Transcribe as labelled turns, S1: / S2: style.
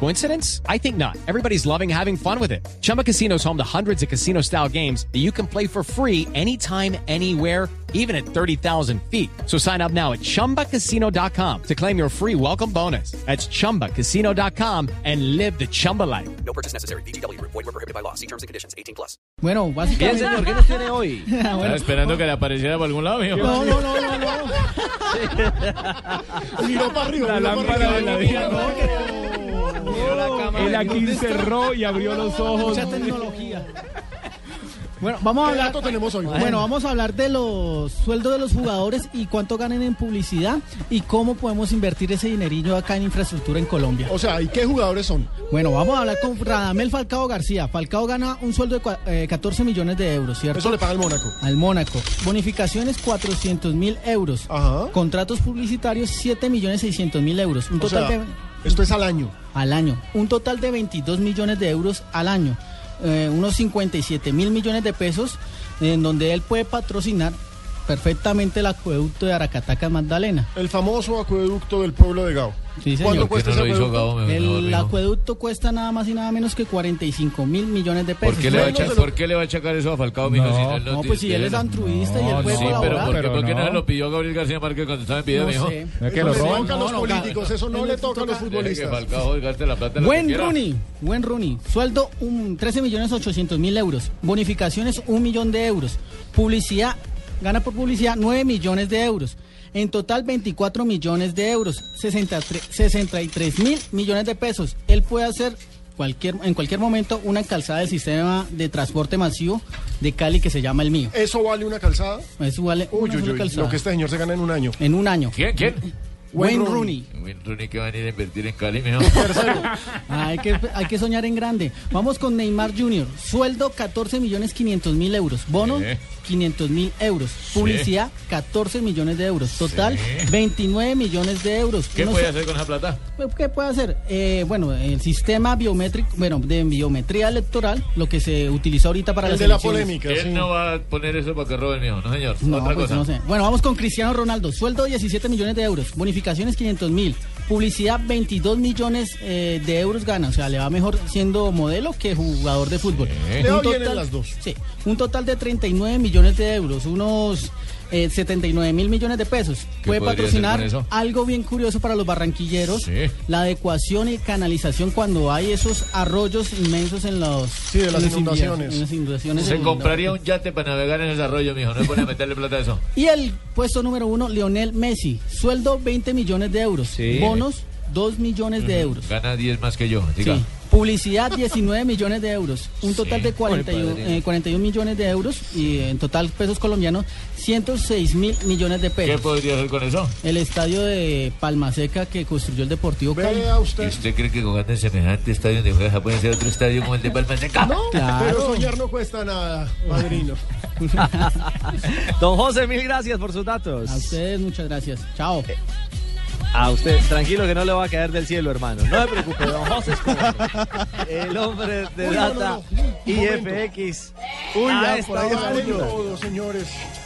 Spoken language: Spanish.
S1: Coincidence? I think not. Everybody's loving having fun with it. Chumba Casino is home to hundreds of casino style games that you can play for free anytime, anywhere even at 30,000 feet. So sign up now at ChumbaCasino.com to claim your free welcome bonus. That's ChumbaCasino.com and live the Chumba life.
S2: No purchase necessary. BGW. Void were prohibited by law. See terms and conditions. 18 plus.
S3: Bueno, básicamente.
S4: ¿por qué nos tiene hoy?
S3: Ah, bueno.
S5: Estaba esperando que le apareciera por algún lado, mijo.
S3: No, no, no, no, no.
S6: Miró para arriba.
S5: La
S6: miró para
S5: lámpara de
S6: arriba.
S5: la vida.
S6: Él aquí cerró y abrió los ojos.
S3: Mucha tecnología. Bueno, vamos a
S6: ¿Qué
S3: hablar.
S6: dato tenemos hoy?
S3: Bueno, vamos a hablar de los sueldos de los jugadores y cuánto ganan en publicidad y cómo podemos invertir ese dinerillo acá en infraestructura en Colombia.
S6: O sea, ¿y qué jugadores son?
S3: Bueno, vamos a hablar con Radamel Falcao García. Falcao gana un sueldo de cua- eh, 14 millones de euros, ¿cierto?
S6: Eso le paga el Mónaco.
S3: Al Mónaco. Bonificaciones 400 mil euros.
S6: Ajá.
S3: Contratos publicitarios 7 millones 600 mil euros. Un
S6: O
S3: total
S6: sea,
S3: de...
S6: esto es al año.
S3: al año, un total de 22 millones de euros al año, eh, unos 57 mil millones de pesos, en donde él puede patrocinar perfectamente el acueducto de Aracataca Magdalena.
S6: El famoso acueducto del pueblo de Gao.
S3: Sí, señor.
S6: ¿Cuánto
S3: ¿Por
S6: cuesta
S5: no
S6: ese
S5: lo hizo
S6: acueducto?
S5: Gabo? Me- me
S3: El pues
S5: dormí.
S3: acueducto cuesta nada más y nada menos que 45 mil millones de pesos.
S5: ¿Por qué, le va a
S3: Sueldos
S5: achacar,
S3: de los-
S5: ¿Por qué le va a achacar eso a Falcao, mijo?
S7: No.
S5: si él
S3: No,
S5: di-
S3: pues si él es altruista y él puede
S5: Sí, pero
S3: colaborar.
S5: ¿por qué,
S7: Pero
S5: ¿por qué no.
S7: no.
S5: se lo pidió Gabriel García Márquez cuando estaba en video,
S3: No
S5: mijo?
S3: sé.
S7: Es que
S6: Eso
S7: lo
S6: le
S7: roban.
S6: toca a
S3: No,
S6: los
S3: no,
S6: políticos, eso no
S3: no,
S6: le
S3: no,
S6: toca
S3: toca-
S6: a los
S5: Deje que
S6: futbolistas.
S5: Falcao gaste la plata en lo que
S3: Buen
S5: quiera.
S3: Rooney, buen Rooney. Sueldo un 13 millones 800 mil euros. Bonificaciones un millón de euros. Publicidad, gana por publicidad 9 millones de euros. En total 24 millones de euros, 63, 63 mil millones de pesos. Él puede hacer cualquier, en cualquier momento una calzada del sistema de transporte masivo de Cali que se llama el mío.
S6: ¿Eso vale una calzada?
S3: Eso vale
S6: Uy,
S3: una
S6: uy,
S3: sola
S6: uy,
S3: calzada
S6: Lo que este señor se gana en un año.
S3: en un año.
S5: ¿Quién? ¿Quién?
S3: Wayne,
S6: Wayne
S3: Rooney.
S5: Buen Rooney que va a venir a invertir en Cali, mijo.
S3: Ah, Hay que, hay que soñar en grande. Vamos con Neymar Jr. Sueldo 14 millones 500 mil euros. Bono
S5: Sí.
S3: 500 mil euros. Publicidad 14 millones de euros. Total 29 millones de euros.
S5: ¿Qué
S3: Uno
S5: puede
S3: so-
S5: hacer con esa plata?
S3: pues, ¿Qué puede hacer? Eh, bueno, el sistema biométrico, bueno, de biometría electoral, lo que se utiliza ahorita para
S6: El
S3: las
S6: de la
S3: elecciones.
S6: polémica. sí.
S5: Él no va a poner eso para que roben, mijo. No, señor.
S3: No,
S5: Otra
S3: pues,
S5: cosa.
S3: no sé. Bueno, vamos con Cristiano Ronaldo. Sueldo 17 millones de euros. Bonificaciones 500 mil. Publicidad 22 millones eh, de euros gana. O sea, le va mejor siendo modelo que jugador de fútbol.
S6: Le va bien en las dos.
S3: Sí, un total de 39 millones de euros. Unos eh, 79 mil millones de pesos.
S5: ¿Qué
S3: Puede
S5: podría hacer
S3: patrocinar
S5: con eso?
S3: algo bien curioso para los barranquilleros.
S5: Sí.
S3: La adecuación y canalización cuando hay esos arroyos inmensos en los...
S6: Sí, de las
S3: en los inviernos,
S6: inundaciones.
S3: en las inundaciones
S5: Se
S3: en-
S5: compraría un yate para navegar en ese arroyo, mijo. No le pone a meterle plata a eso.
S3: Y el puesto número uno, Lionel Messi. Sueldo 20 millones de euros.
S7: Sí.
S3: Bonos 2 millones de euros.
S5: Gana 10 más que yo.
S3: Sí.
S5: Diga.
S3: Publicidad 19 millones de euros. Un total
S5: Sí.
S3: de 41, eh, 41 millones de euros y eh, en total pesos colombianos 106 mil millones de
S5: ¿Qué
S3: pesos.
S5: podría hacer con eso?
S3: El estadio de Palma Seca que construyó el Deportivo Cali.
S6: Vea
S5: ¿Y
S6: usted.
S5: usted cree que jugando en semejante estadio de juega puede ser otro estadio como el de Palma Seca?
S6: No,
S3: Claro.
S6: pero soñar no cuesta nada, madrino.
S4: Don José, mil gracias por sus datos.
S3: A ustedes muchas gracias. Chao.
S4: A usted, tranquilo que no le va a caer del cielo, hermano. No se preocupe, don José Escobar, el hombre de
S6: Uy, no, no,
S4: data
S6: no. Un
S4: IFX.
S6: Uy,
S4: a
S6: ya
S4: esta
S6: por ahí
S4: hora.
S6: vale todo, señores.